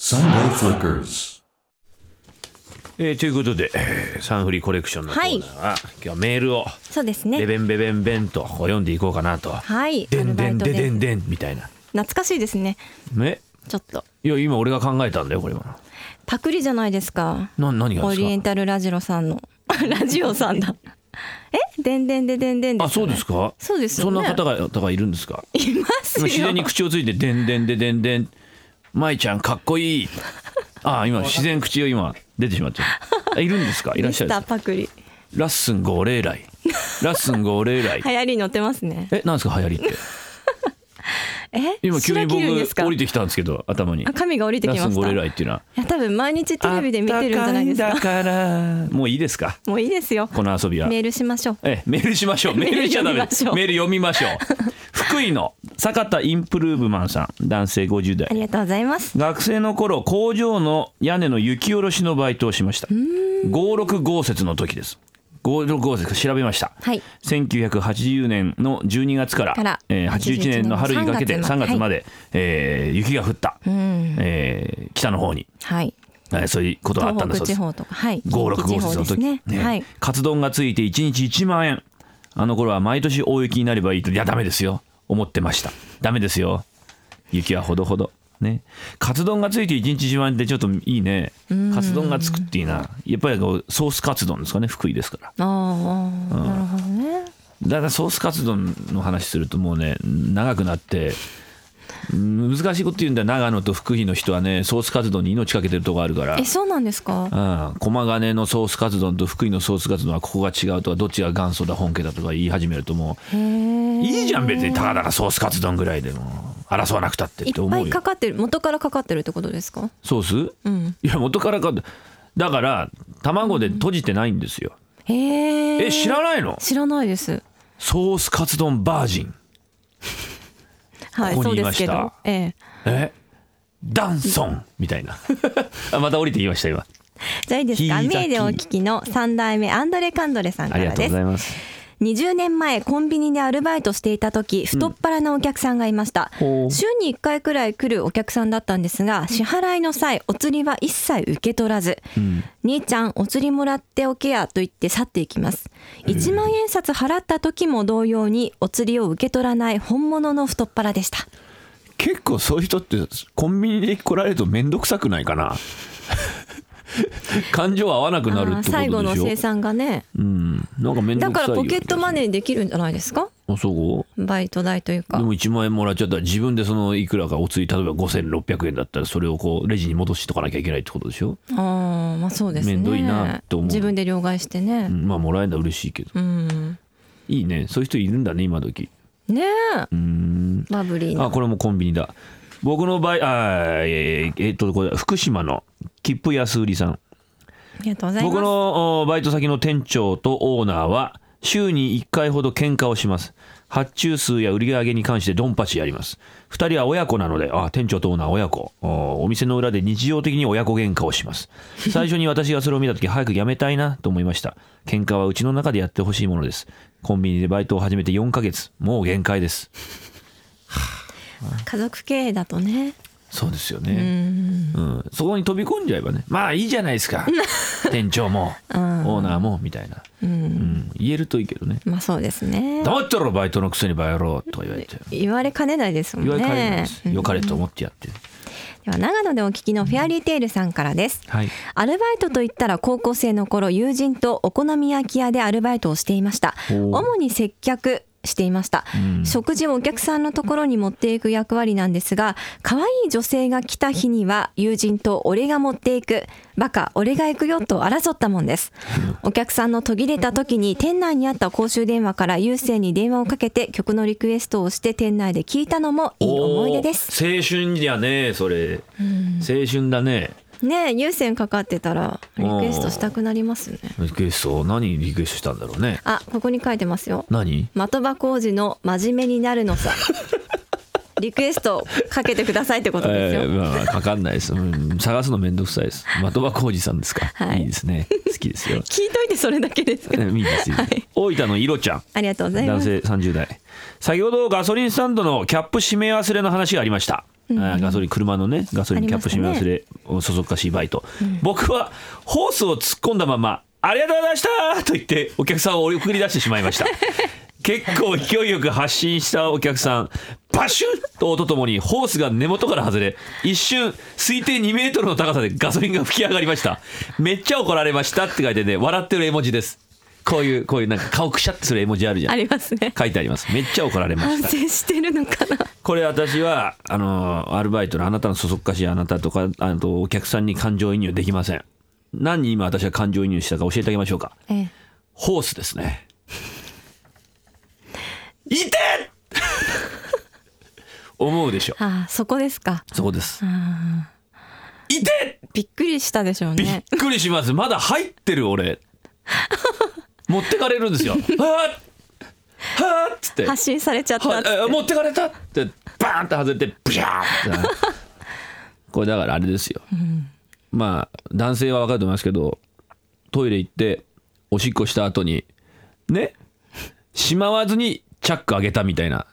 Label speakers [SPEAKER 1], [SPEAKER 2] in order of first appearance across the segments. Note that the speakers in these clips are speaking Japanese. [SPEAKER 1] Sunday Flickers.
[SPEAKER 2] えーということで、えーサンフリコレクションのコーナーは、今日はメールを、
[SPEAKER 3] そうです
[SPEAKER 2] ベ
[SPEAKER 3] ね。
[SPEAKER 2] ベンベベンベンとこう読んでいこうかなと。
[SPEAKER 3] はい。
[SPEAKER 2] で
[SPEAKER 3] アル
[SPEAKER 2] ん
[SPEAKER 3] バ
[SPEAKER 2] で
[SPEAKER 3] イ
[SPEAKER 2] ん
[SPEAKER 3] ト
[SPEAKER 2] でで
[SPEAKER 3] で
[SPEAKER 2] んでんみたいな。
[SPEAKER 3] 懐かしいですね。
[SPEAKER 2] ね。
[SPEAKER 3] ちょっと
[SPEAKER 2] いや、今俺が考えたんだよ、これは。
[SPEAKER 3] パクリじゃないですか。
[SPEAKER 2] な、何が
[SPEAKER 3] オ
[SPEAKER 2] です
[SPEAKER 3] リエン
[SPEAKER 2] か
[SPEAKER 3] タルラジロさんの ラジオさ んだ。え、でんでんででんでんで
[SPEAKER 2] あ、
[SPEAKER 3] すよ
[SPEAKER 2] そう
[SPEAKER 3] ね。
[SPEAKER 2] ですか
[SPEAKER 3] そうですよ
[SPEAKER 2] そん
[SPEAKER 3] ね
[SPEAKER 2] な方が、方がいるん ですか
[SPEAKER 3] いますよ。
[SPEAKER 2] 自然に口をついて、でんでんででんでん。舞ちゃん、かっこいい。あ、今、自然口を今、出てしまっ ちゃった。あいるんですかいらっしゃるん
[SPEAKER 3] ミ
[SPEAKER 2] です
[SPEAKER 3] スター
[SPEAKER 2] か
[SPEAKER 3] パクリ。
[SPEAKER 2] ラッスン号令来。ラッスン号令 来
[SPEAKER 3] 流。行りに乗ってますね。
[SPEAKER 2] え、なんですか、流行りって。
[SPEAKER 3] え、
[SPEAKER 2] 今、急に
[SPEAKER 3] 白
[SPEAKER 2] 僕
[SPEAKER 3] 切るんですか
[SPEAKER 2] 降。りてきたんですけど、頭に。
[SPEAKER 3] あ、神が降りてきま
[SPEAKER 2] ラッスン
[SPEAKER 3] し
[SPEAKER 2] ゴ
[SPEAKER 3] た。
[SPEAKER 2] レ
[SPEAKER 3] い
[SPEAKER 2] ライっていうのは
[SPEAKER 3] や、多分毎日テレビで見てるんじゃないです
[SPEAKER 2] あ
[SPEAKER 3] か
[SPEAKER 2] った。いんだからもういいですか
[SPEAKER 3] もういいですよ。
[SPEAKER 2] この遊びは
[SPEAKER 3] メールしましょう。
[SPEAKER 2] ええメールしましょうメールしちゃダメ
[SPEAKER 3] メール読みましょう
[SPEAKER 2] メール読みましょ う福井の坂田インプルーブマンさん男性50代
[SPEAKER 3] ありがとうございます。
[SPEAKER 2] 学生の頃工場の屋根の雪下ろしのバイトをしました56豪雪の時です56豪雪調べました、
[SPEAKER 3] はい
[SPEAKER 2] 1980年の12月から
[SPEAKER 3] から
[SPEAKER 2] えー81年の春にかけて3
[SPEAKER 3] 3
[SPEAKER 2] 月
[SPEAKER 3] 月
[SPEAKER 2] ま
[SPEAKER 3] ま
[SPEAKER 2] で、えー雪が降った、えー北の方に、
[SPEAKER 3] はい。
[SPEAKER 2] えーそういうことがあったんだそうで
[SPEAKER 3] 東北地
[SPEAKER 2] す
[SPEAKER 3] 方とか、はい。
[SPEAKER 2] 五
[SPEAKER 3] 近
[SPEAKER 2] 六
[SPEAKER 3] 畿地
[SPEAKER 2] 五
[SPEAKER 3] 方
[SPEAKER 2] 節の
[SPEAKER 3] です
[SPEAKER 2] 時
[SPEAKER 3] ね。
[SPEAKER 2] ね
[SPEAKER 3] はい。
[SPEAKER 2] カツ丼がついて1日1万円あの頃は毎年大雪になればいいといやダメですよ思ってましたダメですよ雪はほどほどねカツ丼がついて1日1万円ってちょっといいねカツ丼がつくっていいなやっぱりこうソースカツ丼ですかね福井ですから
[SPEAKER 3] あーあー、なるほどね。
[SPEAKER 2] だからソースカツ丼の話するともうね長くなってうん難しいこと言うんだよ長野と福井の人はねソースカツ丼に命かけてるとこあるから
[SPEAKER 3] え、そうなんですか。
[SPEAKER 2] うん、駒ヶ根のソースカツ丼と福井のソースカツ丼はここが違うとかどっちが元祖だ本家だとか言い始めるとも
[SPEAKER 3] へ
[SPEAKER 2] う
[SPEAKER 3] え。
[SPEAKER 2] いいじゃん別にたかだかソースカツ丼ぐらいでも争わなくたってっ
[SPEAKER 3] い
[SPEAKER 2] て
[SPEAKER 3] っ
[SPEAKER 2] 思
[SPEAKER 3] ぱ
[SPEAKER 2] う
[SPEAKER 3] い
[SPEAKER 2] よ
[SPEAKER 3] かかってる元からかかってるってことですか
[SPEAKER 2] ソース、
[SPEAKER 3] ん
[SPEAKER 2] いや元からかだから卵で閉じてないんですよ
[SPEAKER 3] へえ
[SPEAKER 2] え知らないの
[SPEAKER 3] 知らないです
[SPEAKER 2] ソースカツ丼バージン
[SPEAKER 3] はい
[SPEAKER 2] ここに
[SPEAKER 3] そう
[SPEAKER 2] い
[SPEAKER 3] で
[SPEAKER 2] ますした
[SPEAKER 3] けどええ
[SPEAKER 2] えダンソンみたい なあまた降りてきました今
[SPEAKER 3] じゃあいいですか
[SPEAKER 2] ひざき
[SPEAKER 3] メールをお聞きの三代目アンドレ・カンドレさん
[SPEAKER 2] あ
[SPEAKER 3] か
[SPEAKER 2] り
[SPEAKER 3] ら
[SPEAKER 2] がとう
[SPEAKER 3] で
[SPEAKER 2] ご
[SPEAKER 3] す
[SPEAKER 2] ざいます
[SPEAKER 3] 20年前コンビニでアルバイトしていた時太っ腹なお客さんがいました、
[SPEAKER 2] ほう
[SPEAKER 3] 週に1回くらい来るお客さんだったんですが支払いの際お釣りは一切受け取らず、兄ちゃんお釣りもらっておけやと言って去っていきます1万円札払った時も同様にお釣りを受け取らない本物の太っ腹でした
[SPEAKER 2] 結構そういう人ってコンビニで来られると面倒くさくないかな 感情合わなくなるって
[SPEAKER 3] あ
[SPEAKER 2] こと
[SPEAKER 3] ー
[SPEAKER 2] でしょ
[SPEAKER 3] 最後の生産がね
[SPEAKER 2] うんなんか面倒く
[SPEAKER 3] だ
[SPEAKER 2] さ
[SPEAKER 3] か
[SPEAKER 2] い
[SPEAKER 3] ら
[SPEAKER 2] よ
[SPEAKER 3] ポケットマネーにできるんじゃないですか
[SPEAKER 2] あそう
[SPEAKER 3] バイト代というか
[SPEAKER 2] でも1万円もらっちゃったら自分でそのいくらかお釣り例えば5600円だったらそれをこうレジに戻しとかなきゃいけないってことでしょ、
[SPEAKER 3] あーまあそうですね
[SPEAKER 2] 面倒いなと思う
[SPEAKER 3] 自分で両替して
[SPEAKER 2] う
[SPEAKER 3] ね
[SPEAKER 2] ん、まあもらえるのは嬉しいけど
[SPEAKER 3] うん
[SPEAKER 2] いいねそういう人いるんだね今時
[SPEAKER 3] ねえ
[SPEAKER 2] うん
[SPEAKER 3] バブリー
[SPEAKER 2] あ
[SPEAKER 3] な
[SPEAKER 2] これもコンビニだ僕の場合あーえーえーっとこれ福島の切符安売りさん
[SPEAKER 3] ありがとうございます
[SPEAKER 2] 僕のおバイト先の店長とオーナーは週に1回ほど喧嘩をします発注数や売り上げに関してドンパチやります2人は親子なのであ店長とオーナーは親子おお店の裏で日常的に親子喧嘩をします最初に私がそれを見た時早くやめたいなと思いました喧嘩はうちの中でやってほしいものですコンビニでバイトを始めて4ヶ月もう限界です
[SPEAKER 3] 家族経営だとね
[SPEAKER 2] そうですよねうん、そこに飛び込んじゃえばねまあいいじゃないです か店長もオーナーもみたいな、うん言えるといいけどね
[SPEAKER 3] まあそうですね
[SPEAKER 2] 黙ってろバイトのくせにバイロとか言われて
[SPEAKER 3] 言われかねないですも
[SPEAKER 2] 言わ
[SPEAKER 3] ん
[SPEAKER 2] れかれるん
[SPEAKER 3] ね
[SPEAKER 2] ですよかれと思ってやってる
[SPEAKER 3] では長野でお聞きのフェアリーテイルさんからです
[SPEAKER 2] はい
[SPEAKER 3] アルバイトといったら高校生の頃友人とお好み焼き屋でアルバイトをしていました
[SPEAKER 2] おー
[SPEAKER 3] 主に接客していました、食事をお客さんのところに持っていく役割なんですが可愛い女性が来た日には友人と俺が持っていくバカ俺が行くよと争ったもん ですお客さんの途切れた時に店内にあった公衆電話から有線に電話をかけて曲のリクエストをして店内で聞いたのもいい思い出です
[SPEAKER 2] おー青春じゃねそれ、青春だね
[SPEAKER 3] ねえ有線かかってたらリクエストしたくなりますね
[SPEAKER 2] リクエスト何リクエストしたんだろうね
[SPEAKER 3] あここに書いてますよ
[SPEAKER 2] 何
[SPEAKER 3] 的場浩二の真面目になる のさリクエストかけてくださいってことですよ、
[SPEAKER 2] えーまあまあかかんないです、うん探すのめんどくさいです的場浩二さんですか、、
[SPEAKER 3] はいい
[SPEAKER 2] いですね好きですよ
[SPEAKER 3] 聞いといてそれだけですけ
[SPEAKER 2] う
[SPEAKER 3] ど
[SPEAKER 2] んいいですよ、
[SPEAKER 3] はい
[SPEAKER 2] 大分のいろちゃん
[SPEAKER 3] ありがとうございま
[SPEAKER 2] 男
[SPEAKER 3] す
[SPEAKER 2] 性30代先ほどガソリンスタンドのキャップ閉め忘れの話がありましたあーガソリン車のねガソリンキャップ閉め忘れ、そそっかしいバイト、僕はホースを突っ込んだまま「ありがとうございました!」と言ってお客さんを送り出してしまいま した結構勢いよく発進したお客さんバシュッと音ともにホースが根元から外れ一瞬推定2メートルの高さでガソリンが吹き上がりましためっちゃ怒られましたって書いてね笑ってる絵文字ですこういうこういうなんか顔くしゃってする絵文字あるじゃ
[SPEAKER 3] あ
[SPEAKER 2] ん
[SPEAKER 3] りますね。
[SPEAKER 2] 書いてありますめっちゃ怒られま
[SPEAKER 3] 反
[SPEAKER 2] した
[SPEAKER 3] 省してるのかな。
[SPEAKER 2] これ私はあのアルバイトのあなたのそそっかしいあなたとかあとお客さんに感情移入できません何に今私は感情移入したか教えてあげましょうか
[SPEAKER 3] ええ、
[SPEAKER 2] ホースですねいてっ思うでしょ
[SPEAKER 3] ああ、そこですか。
[SPEAKER 2] そこです
[SPEAKER 3] ああ、
[SPEAKER 2] いてっ
[SPEAKER 3] びっくりしたでしょう
[SPEAKER 2] びっ
[SPEAKER 3] ね。
[SPEAKER 2] くりしますまだ入ってる俺持ってかれるんですよはあはあっつって
[SPEAKER 3] 発信されちゃった
[SPEAKER 2] は
[SPEAKER 3] っつって
[SPEAKER 2] え持ってかれたってバーンって外れてブシャー ってこれだからあれですよ、まあ男性は分かると思いますけどトイレ行っておしっこした後にねしまわずにチャック開けたみたい な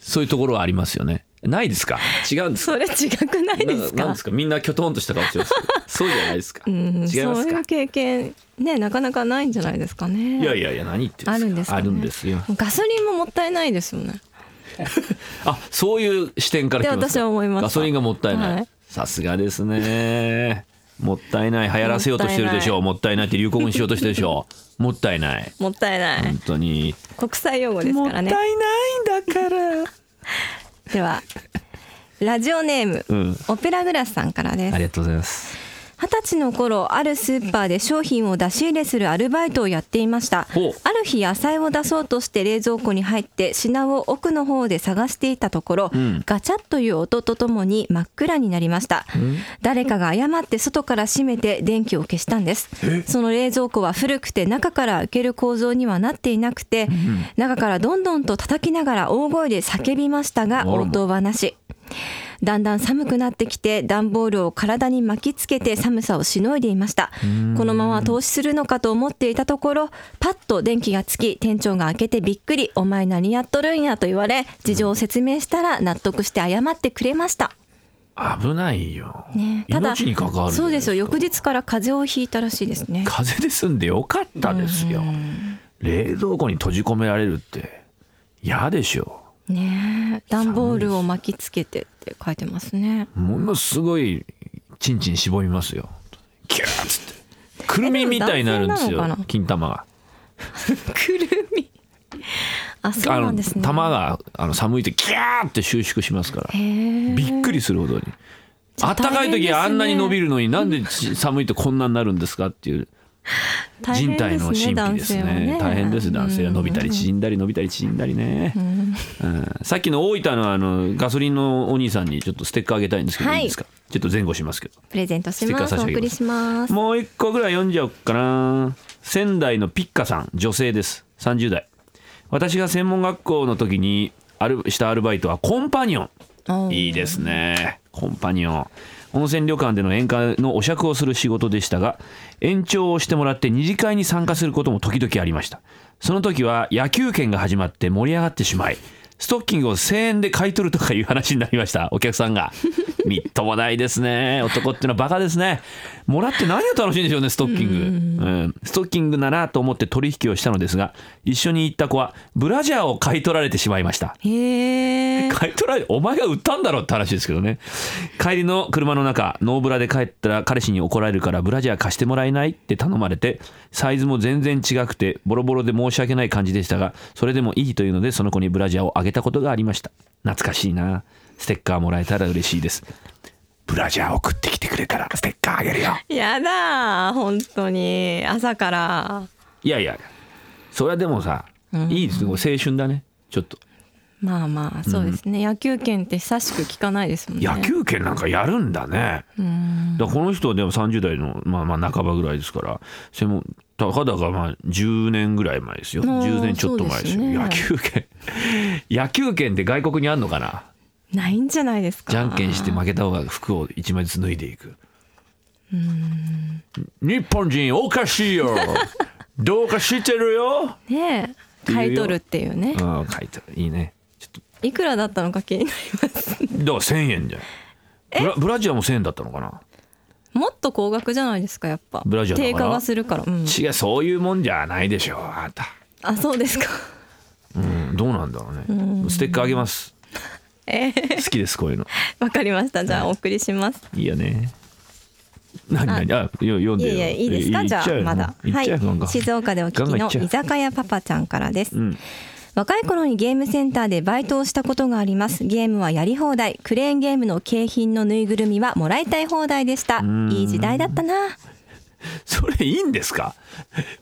[SPEAKER 2] そういうところはありますよねないですか違うんですか
[SPEAKER 3] それ違くないで
[SPEAKER 2] な
[SPEAKER 3] すか。
[SPEAKER 2] なんですかみんなきょとんとした顔してますそうじゃないですか、
[SPEAKER 3] うん、
[SPEAKER 2] 違いま
[SPEAKER 3] そう
[SPEAKER 2] す
[SPEAKER 3] い
[SPEAKER 2] か
[SPEAKER 3] う経験ねなかなかないんじゃないですかね。
[SPEAKER 2] いやいやいや何言って
[SPEAKER 3] あるんですか、ね、
[SPEAKER 2] あるんですよ
[SPEAKER 3] ガソリンももったいないですよね。
[SPEAKER 2] あそういう視点から来ますか
[SPEAKER 3] で私は思いました
[SPEAKER 2] ガソリンがもったいない、
[SPEAKER 3] はい
[SPEAKER 2] さすがですねもったいない流行らせようとしてるでしょうもったいないって流行語にしようとしてるでしょ うもったいない
[SPEAKER 3] もったいない。
[SPEAKER 2] 本当に
[SPEAKER 3] 国際用語ですからね。
[SPEAKER 2] いないんだから
[SPEAKER 3] ではラジオネーム、
[SPEAKER 2] うん
[SPEAKER 3] オペラグラスさんからです
[SPEAKER 2] ありがとうございます
[SPEAKER 3] 二十歳の頃あるスーパーで商品を出し入れするアルバイトをやっていました
[SPEAKER 2] ほう
[SPEAKER 3] ある日野菜を出そうとして冷蔵庫に入って品を奥の方で探していたところ、
[SPEAKER 2] ん
[SPEAKER 3] ガチャッという音とともに真っ暗になりました、誰かが誤って外から閉めて電気を消したんですその冷蔵庫は古くて中から開ける構造にはなっていなくて、中からどんどんと叩きながら大声で叫びました
[SPEAKER 2] あ
[SPEAKER 3] が
[SPEAKER 2] らま
[SPEAKER 3] 応答はなしだんだん寒くなってきて段ボールを体に巻きつけて寒さをしのいでいましたこのまま投資するのかと思っていたところパッと電気がつき店長が開けてびっくり「お前何やっとるんや」と言われ事情を説明したら納得して謝ってくれました、
[SPEAKER 2] 危ないよ、
[SPEAKER 3] ね、ただ
[SPEAKER 2] 命に関わる
[SPEAKER 3] そうですよ
[SPEAKER 2] く
[SPEAKER 3] 翌日から風邪をひいたらしいですね
[SPEAKER 2] 風邪で済んでよかったですよ冷蔵庫に閉じ込められるって嫌でしょ
[SPEAKER 3] ねえ段ボールを巻きつけてって書いてますね
[SPEAKER 2] ものすごいチンチンしぼみますよキューッつってくるみみたいになるんです
[SPEAKER 3] えで
[SPEAKER 2] よ
[SPEAKER 3] も男性なのかな
[SPEAKER 2] 金玉が
[SPEAKER 3] くるみあそう
[SPEAKER 2] あ
[SPEAKER 3] な
[SPEAKER 2] の
[SPEAKER 3] んですね
[SPEAKER 2] 玉があの寒いとキャーって収縮しますから
[SPEAKER 3] へえ
[SPEAKER 2] びっくりするほどにあったかい時はあんなに伸びるのになんでち寒いとこんなになるんですかっていう人体の神秘ですね大変です男性は伸びたり縮んだり伸びたり縮んだりね、うんさっきの大分のあのガソリンのお兄さんにちょっとステッカーあげたいんですけど、
[SPEAKER 3] はい
[SPEAKER 2] いいですかちょっと前後しますけど
[SPEAKER 3] プレゼントし
[SPEAKER 2] ステッカ
[SPEAKER 3] ま
[SPEAKER 2] ー
[SPEAKER 3] す
[SPEAKER 2] 差し
[SPEAKER 3] お
[SPEAKER 2] 上げます
[SPEAKER 3] 送りします
[SPEAKER 2] もう一個ぐらい読んじゃおっかな仙台のピッカさん女性です30代私が専門学校の時にあるしたアルバイトはコンパニオン
[SPEAKER 3] おー
[SPEAKER 2] いいですねコンパニオン温泉旅館での宴会のお酌をする仕事でしたが延長をしてもらって二次会に参加することも時々ありましたその時は野球券が始まって盛り上がってしまいストッキングを1000円で買い取るとかいう話になりましたお客さん がみっともないですね男ってのはバカですねもらって何が楽しいんでしょうねストッキング、うん、ストッキングならと思って取引をしたのですが一緒に行った子はブラジャーを買い取られてしまいました
[SPEAKER 3] へえ
[SPEAKER 2] 買い取られお前が売ったんだろって話ですけどね帰りの車の中ノーブラで帰ったら彼氏に怒られるからブラジャー貸してもらえないって頼まれてサイズも全然違くてボロボロで申し訳ない感じでしたがそれでもいいというのでその子にブラジャーをあげたことがありました懐かしいなステッカーもらえたら嬉しいですブラジャー送ってきてくれたらステッカーあげるよ
[SPEAKER 3] やだー本当に朝から
[SPEAKER 2] いやいやそれはでもさいいですねこれ青春だねちょっと
[SPEAKER 3] まあまあそうですね、野球券って久しく聞かないですもんね
[SPEAKER 2] 野球券なんかやるんだね、だからこの人はでも30代の、まあ、まあ半ばぐらいですから専門たかだかまあ10年ぐらい前ですよ
[SPEAKER 3] あー
[SPEAKER 2] 10年ちょっと前ですよ
[SPEAKER 3] そう
[SPEAKER 2] 野
[SPEAKER 3] です
[SPEAKER 2] 球券 野球券って外国にあんのかな
[SPEAKER 3] ないんじゃないですか
[SPEAKER 2] じゃんけんして負けた方が服を1枚ずつ脱いでいく日本人おかしい よどうかしてるよ
[SPEAKER 3] ねえ買い取るっていうね
[SPEAKER 2] うん書いてあるいいねちょっと
[SPEAKER 3] いくらだったのか気になります。
[SPEAKER 2] だから1000円じゃんブラブラジアも1000円だったのかな
[SPEAKER 3] もっと高額じゃないですか、やっぱ。
[SPEAKER 2] ブラジャーだから
[SPEAKER 3] 低価がするから。うん、
[SPEAKER 2] 違うそういうもんじゃないでしょうあんた、
[SPEAKER 3] あ、そうですか。
[SPEAKER 2] うん、どうなんだろうねステッカーあげます
[SPEAKER 3] えー、
[SPEAKER 2] 好きですこう いうの
[SPEAKER 3] わかりました。じゃあ、お送りします。
[SPEAKER 2] いいよね何何あよ読ん
[SPEAKER 3] い
[SPEAKER 2] で
[SPEAKER 3] や
[SPEAKER 2] よ
[SPEAKER 3] いや、いいです
[SPEAKER 2] え
[SPEAKER 3] か。
[SPEAKER 2] っ
[SPEAKER 3] じゃ
[SPEAKER 2] ちう
[SPEAKER 3] あ、
[SPEAKER 2] よ
[SPEAKER 3] まだ。
[SPEAKER 2] いっ
[SPEAKER 3] は
[SPEAKER 2] ちゃうよガンガ
[SPEAKER 3] い。
[SPEAKER 2] ン
[SPEAKER 3] 静岡でお聞き
[SPEAKER 2] ガンガンい
[SPEAKER 3] の
[SPEAKER 2] っちゃう
[SPEAKER 3] 居酒屋パパちゃんからです。
[SPEAKER 2] うん
[SPEAKER 3] 若い頃にゲームセンターでバイトをしたことがありますゲームはやり放題クレーンゲームの景品のぬいぐるみはもらいたい放題でした
[SPEAKER 2] ん
[SPEAKER 3] いい時代だったな
[SPEAKER 2] それいいんですか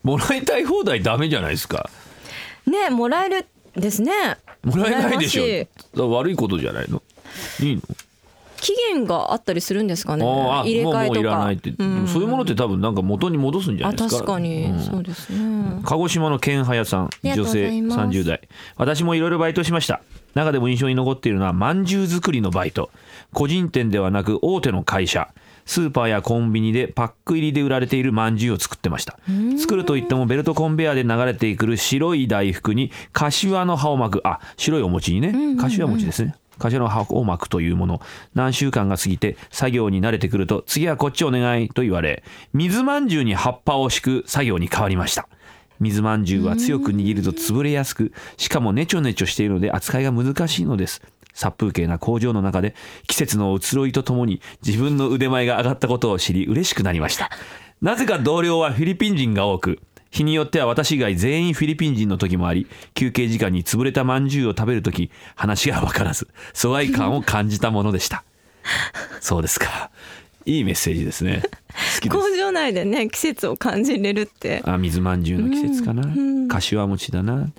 [SPEAKER 2] もらいたい放題ダメじゃないですか
[SPEAKER 3] ねえもらえるですね
[SPEAKER 2] もらえないでしょ
[SPEAKER 3] 羨ま
[SPEAKER 2] だから悪いことじゃないのいいの
[SPEAKER 3] 期限があったりするんですかね
[SPEAKER 2] ああ
[SPEAKER 3] 入れ
[SPEAKER 2] もう
[SPEAKER 3] 替え
[SPEAKER 2] もう
[SPEAKER 3] と
[SPEAKER 2] い
[SPEAKER 3] から
[SPEAKER 2] ないって、
[SPEAKER 3] うん
[SPEAKER 2] そういうものって多分なんか元に戻すんじゃな
[SPEAKER 3] あ
[SPEAKER 2] いですか
[SPEAKER 3] 確かに、
[SPEAKER 2] うん
[SPEAKER 3] そうですね
[SPEAKER 2] 鹿児島のケンハヤさん
[SPEAKER 3] りがと
[SPEAKER 2] 女
[SPEAKER 3] うござ
[SPEAKER 2] 性
[SPEAKER 3] います
[SPEAKER 2] 30代私もいろいろバイトしました中でも印象に残っているのはまんじゅう作りのバイト個人店ではなく大手の会社スーパーやコンビニでパック入りで売られているまんじゅうを作ってました作るといってもベルトコンベヤーで流れてくる白い大福に柏の葉を巻くあ白いお餅にね柏餅ですね柏の葉を巻くというもの何週間が過ぎて作業に慣れてくると次はこっちお願いと言われ水まんじゅうに葉っぱを敷く作業に変わりました水まんじゅうは強く握ると潰れやすくしかもネチョネチョしているので扱いが難しいのです殺風景な工場の中で季節の移ろいとともに自分の腕前が上がったことを知り嬉しくなりましたなぜか同僚はフィリピン人が多く日によっては私以外全員フィリピン人の時もあり休憩時間に潰れたまんじゅうを食べる時話が分からず疎外感を感じたものでしたそうですかいいメッセージですね好きです
[SPEAKER 3] 工場内でね季節を感じれるって
[SPEAKER 2] あ水まんじゅうの季節かな、柏餅だな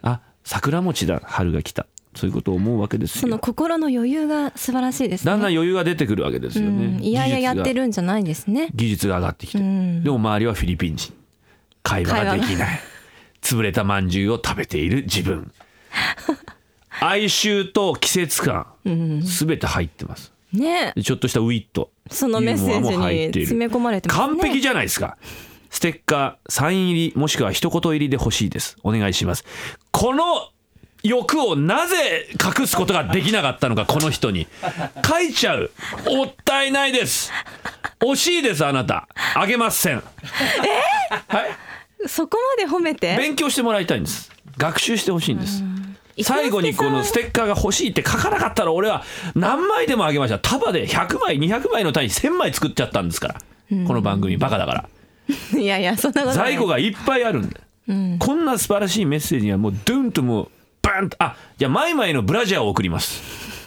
[SPEAKER 2] あ桜餅だ春が来たそういうことを思うわけです
[SPEAKER 3] その
[SPEAKER 2] よ
[SPEAKER 3] 心の余裕が素晴らしいですね
[SPEAKER 2] だんだん余裕が出てくるわけですよね、
[SPEAKER 3] うん、いやいややって
[SPEAKER 2] る
[SPEAKER 3] るんじゃないんですね
[SPEAKER 2] 技術が上がってきて、
[SPEAKER 3] うん
[SPEAKER 2] でも周りはフィリピン人会話ができない潰れたまんじゅうを食べている自 分哀愁と季節感全て入ってます
[SPEAKER 3] ね
[SPEAKER 2] でちょっとしたウィット
[SPEAKER 3] そのメッセージに詰め込まれてますね
[SPEAKER 2] 完璧じゃないですかステッカーサイン入りもしくは一言入りで欲しいですお願いしますこの欲をなぜ隠すことができなかったのかこの人に書いちゃうもったいないです惜しいですあなたあげません
[SPEAKER 3] そこまで褒めて
[SPEAKER 2] 勉強してもらいたいんです学習してほしいんです
[SPEAKER 3] 一之輔さん
[SPEAKER 2] 最後にこのステッカーが欲しいって書かなかったら俺は何枚でもあげました束で100枚200枚の単位1000枚作っちゃったんですからこの番組バカだから
[SPEAKER 3] いやいやそんなことない
[SPEAKER 2] 在庫がいっぱいあるんだよ、こんな素晴らしいメッセージにはもうドゥンともうバンとあじゃあマイマイのブラジャーを送ります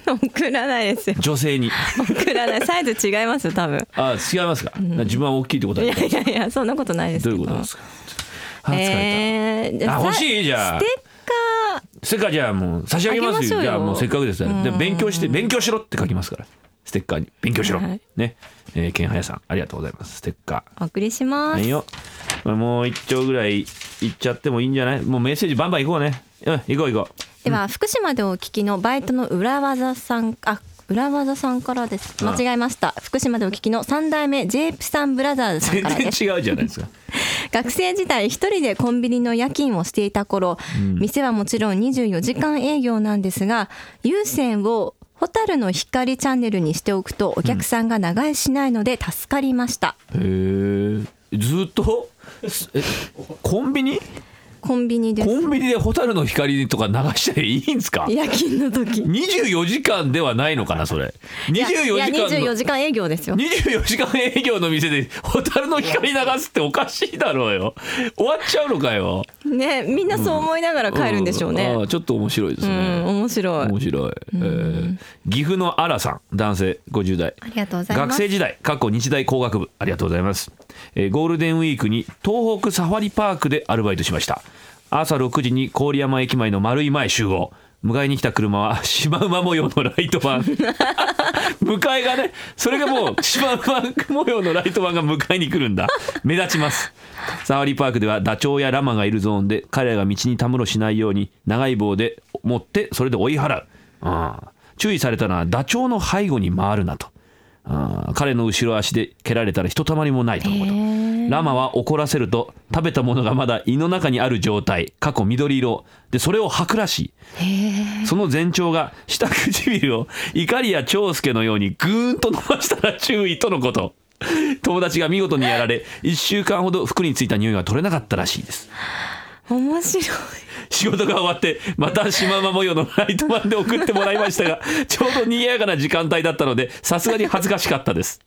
[SPEAKER 3] 送らないですよ
[SPEAKER 2] 女 性に
[SPEAKER 3] 送らないサイズ違いますよ多分
[SPEAKER 2] あ違いますか、自分は大 きいってこと
[SPEAKER 3] い
[SPEAKER 2] だ
[SPEAKER 3] やいやいやそんなことないです
[SPEAKER 2] ど
[SPEAKER 3] け
[SPEAKER 2] うい
[SPEAKER 3] ど
[SPEAKER 2] うことなんですかあ疲れた、
[SPEAKER 3] えーじゃ
[SPEAKER 2] あ
[SPEAKER 3] さ
[SPEAKER 2] 欲しいじゃあ
[SPEAKER 3] ステッカー
[SPEAKER 2] ステッカーじゃあもう差し上げますよ
[SPEAKER 3] あげましょうよ
[SPEAKER 2] じゃあもうせっかくですからで勉強して勉強しろって書きますからステッカーに勉強しろ、
[SPEAKER 3] はい
[SPEAKER 2] ねえー、ケンハヤさんありがとうございますステッカー
[SPEAKER 3] お送りしま
[SPEAKER 2] はい
[SPEAKER 3] す
[SPEAKER 2] よ。まあもう一丁ぐらいいっちゃってもいいんじゃないもうメッセージバンバン行こうね。うん、行こう行こ
[SPEAKER 3] では福島でお聞きのバイトの裏技さんあ裏技さんからです
[SPEAKER 2] うん
[SPEAKER 3] 間違えました福島でお聞きの三代目ジェイプさんブラザーズ
[SPEAKER 2] う。
[SPEAKER 3] さん
[SPEAKER 2] 全
[SPEAKER 3] から
[SPEAKER 2] 然
[SPEAKER 3] で
[SPEAKER 2] 違う
[SPEAKER 3] す
[SPEAKER 2] じゃないですか。
[SPEAKER 3] 学生時代一人でコンビニの夜勤をしていた頃、店はもちろん24時間営業なんですが有線をホタルの光チャンネルにしておくとお客さんが長居しないので助かりました、
[SPEAKER 2] へえ。ずっとえコンビニ
[SPEAKER 3] コンビニです
[SPEAKER 2] コンビニで蛍の光とか流していいんですか
[SPEAKER 3] 夜勤の時
[SPEAKER 2] ?24 時間ではないのかなそれ。
[SPEAKER 3] いや
[SPEAKER 2] 24時間
[SPEAKER 3] 24
[SPEAKER 2] の。
[SPEAKER 3] 時間営業ですよ
[SPEAKER 2] 24時間営業の店で蛍の光流すっておかしいだろうよ終わっちゃうのかよ
[SPEAKER 3] ねみんなそう思いながら帰るんでしょうね
[SPEAKER 2] あーちょっと面白いです
[SPEAKER 3] う
[SPEAKER 2] ね、
[SPEAKER 3] ん面白い
[SPEAKER 2] 面白い、えー岐阜のアラさん男性50代
[SPEAKER 3] ありがとうございま
[SPEAKER 2] 学
[SPEAKER 3] す
[SPEAKER 2] 生時代過去日大工学部ありがとうございます、えーゴールデンウィークに東北サファリパークでアルバイトしました朝6時に郡山駅前の丸井前集合迎えに来た車は シマウマ模様のライトバン 迎えがねそれがもう シマウマ模様のライトバンが迎えに来るんだ目立ちますサファリパークではダチョウやラマがいるゾーンで彼らが道にたむろしないように長い棒で持ってそれで追い払う、うん、注意されたのはダチョウの背後に回るなとあー彼の後ろ足で蹴られたらひとたまりもないとのこと、ラマは怒らせると食べたものがまだ胃の中にある状態過去緑色でそれを吐くらしいその前兆が下唇を怒りや長介のようにグーンと伸ばしたら注意とのこと友達が見事にやられ1週間ほど服についた匂いが取れなかったらしいです
[SPEAKER 3] 面白い。
[SPEAKER 2] 仕事が終わってまたシマウマ模様のライト版で送ってもらいましたがちょうど賑やかな時間帯だったのでさすがに恥ずかしかったです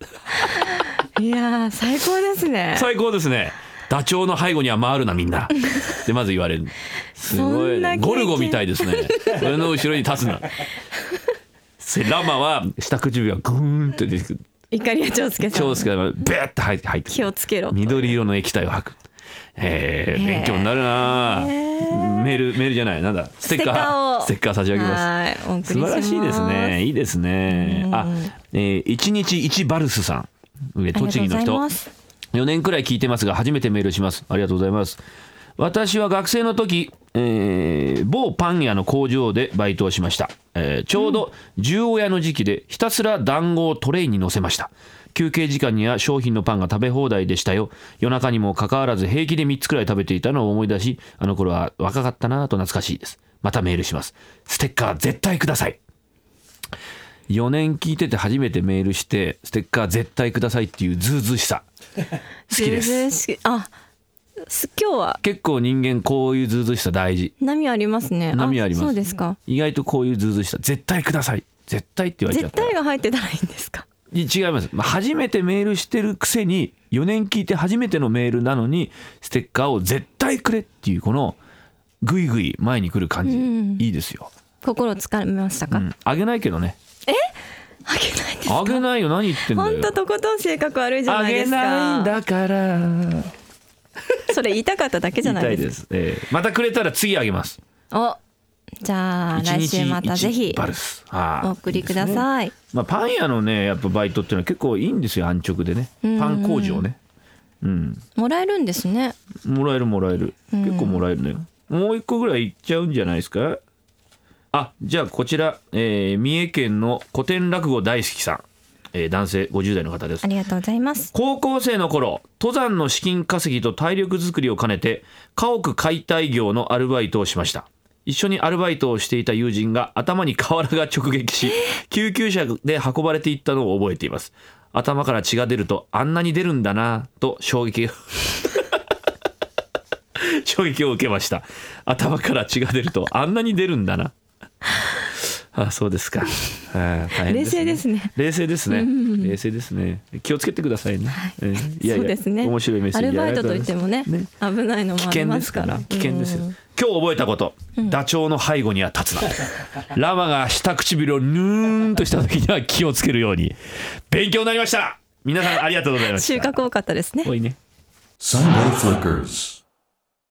[SPEAKER 3] いやー最高ですね。
[SPEAKER 2] 最高ですねダチョウの背後には回るなみんなでまず言われるすごい
[SPEAKER 3] そんな
[SPEAKER 2] ね
[SPEAKER 3] 経験
[SPEAKER 2] ゴルゴみたいですね俺の後ろに立つなせラマは下唇がグーンって出てくる
[SPEAKER 3] 怒りや長介さん。
[SPEAKER 2] 長介がベーッて入って入ってくる
[SPEAKER 3] 気をつけろと。
[SPEAKER 2] 緑色の液体を吐くえー、
[SPEAKER 3] え
[SPEAKER 2] 勉強になるなあ
[SPEAKER 3] え
[SPEAKER 2] メールメールじゃないなんだステッカー
[SPEAKER 3] ステ
[SPEAKER 2] ステ
[SPEAKER 3] ッカーを
[SPEAKER 2] ッカー差し上げます
[SPEAKER 3] はい、お送りします。
[SPEAKER 2] 素晴らしいですね。。いいですね。
[SPEAKER 3] うん
[SPEAKER 2] あ、えー一日一バルスさん、えー
[SPEAKER 3] あり
[SPEAKER 2] 栃木
[SPEAKER 3] が
[SPEAKER 2] の
[SPEAKER 3] とうござい
[SPEAKER 2] 人
[SPEAKER 3] ま。す。
[SPEAKER 2] 4年くらい聞いてますが初めてメールしますありがとうございます私は学生の時、えー某パン屋の工場でバイトをしました、えーちょうど十親の時期でひたすら団子をトレイに乗せました休憩時間には商品のパンが食べ放題でしたよ夜中にもかかわらず平気で3つくらい食べていたのを思い出しあの頃は若かったなぁと懐かしいですまたメールしますステッカー絶対ください4年聞いてて初めてメールしてステッカー絶対くださいっていうズうずうしさ好きです
[SPEAKER 3] ずうずうしあ、す今日は
[SPEAKER 2] 結構人間こういうずうずうしさ大事
[SPEAKER 3] 波ありますね。
[SPEAKER 2] 波あります
[SPEAKER 3] そうですか。
[SPEAKER 2] 意外とこういうずうずうしさ絶対ください絶対って言われちゃ
[SPEAKER 3] 絶
[SPEAKER 2] った
[SPEAKER 3] 対が入ってたらいいんですか。
[SPEAKER 2] 違います、まあ、初めてメールしてるくせに4年聞いて初めてのメールなのにステッカーを絶対くれっていうこのぐいぐい前に来る感じ、
[SPEAKER 3] うん
[SPEAKER 2] いいですよ、
[SPEAKER 3] 心つかめましたか。
[SPEAKER 2] うん、あげないけどね
[SPEAKER 3] あげないですか
[SPEAKER 2] あ。げないよ何言ってんだ
[SPEAKER 3] 本
[SPEAKER 2] よ
[SPEAKER 3] 当とことん性格悪いじゃ
[SPEAKER 2] あ
[SPEAKER 3] ないで
[SPEAKER 2] げ
[SPEAKER 3] すか。
[SPEAKER 2] ないんだから
[SPEAKER 3] それ言いたかっただけじゃ
[SPEAKER 2] 言い
[SPEAKER 3] ない
[SPEAKER 2] たい
[SPEAKER 3] です
[SPEAKER 2] で
[SPEAKER 3] か。
[SPEAKER 2] す、ええまたくれたら次あげます
[SPEAKER 3] お、じゃあ
[SPEAKER 2] 一
[SPEAKER 3] 来
[SPEAKER 2] 日
[SPEAKER 3] 週またぜひ
[SPEAKER 2] 一バルス
[SPEAKER 3] お
[SPEAKER 2] お
[SPEAKER 3] 送りくだ
[SPEAKER 2] い
[SPEAKER 3] さい。
[SPEAKER 2] まあ、パン屋のねやっぱバイトっていうのは結構いいんですよ安直でね
[SPEAKER 3] うん
[SPEAKER 2] パン工場ねうん
[SPEAKER 3] もらえるんですね。
[SPEAKER 2] もらえるもらえる
[SPEAKER 3] うん
[SPEAKER 2] 結構もらえるねもう一個ぐらいいっちゃうんじゃないですかあじゃあこちら、えー三重県の古典落語大好きさん、えー男性50代の方です
[SPEAKER 3] ありがとうございます。
[SPEAKER 2] 高校生の頃登山の資金稼ぎと体力づくりを兼ねて家屋解体業のアルバイトをしました一緒にアルバイトをしていた友人が頭に瓦が直撃 し救急車で運ばれていったのを覚えています頭から血が出るとあんなに出るんだなぁと衝撃を 衝撃を受けました頭から血が出るとあんなに出るんだなあそうですか、あー大変
[SPEAKER 3] 冷静ですね。
[SPEAKER 2] 冷静ですね。冷静ですね。気をつけてくださいね。えーいやいや
[SPEAKER 3] そうですね。
[SPEAKER 2] 面白いメッセー
[SPEAKER 3] ア
[SPEAKER 2] ジ。
[SPEAKER 3] ルバイトといってもね、
[SPEAKER 2] ありがうございます
[SPEAKER 3] 危ないのもあ
[SPEAKER 2] 危
[SPEAKER 3] り
[SPEAKER 2] 険
[SPEAKER 3] ま
[SPEAKER 2] です
[SPEAKER 3] す
[SPEAKER 2] か
[SPEAKER 3] から
[SPEAKER 2] ら。。危険ですよ
[SPEAKER 3] うん。
[SPEAKER 2] 今日覚えたこと。ダチョウの背後には立つな。ラマが下唇をヌーンとした時には気をつけるように。勉強になりました。皆さんありがとうございました。
[SPEAKER 3] 収穫多かったですね。
[SPEAKER 2] 多いね。
[SPEAKER 1] Sunday Flickers.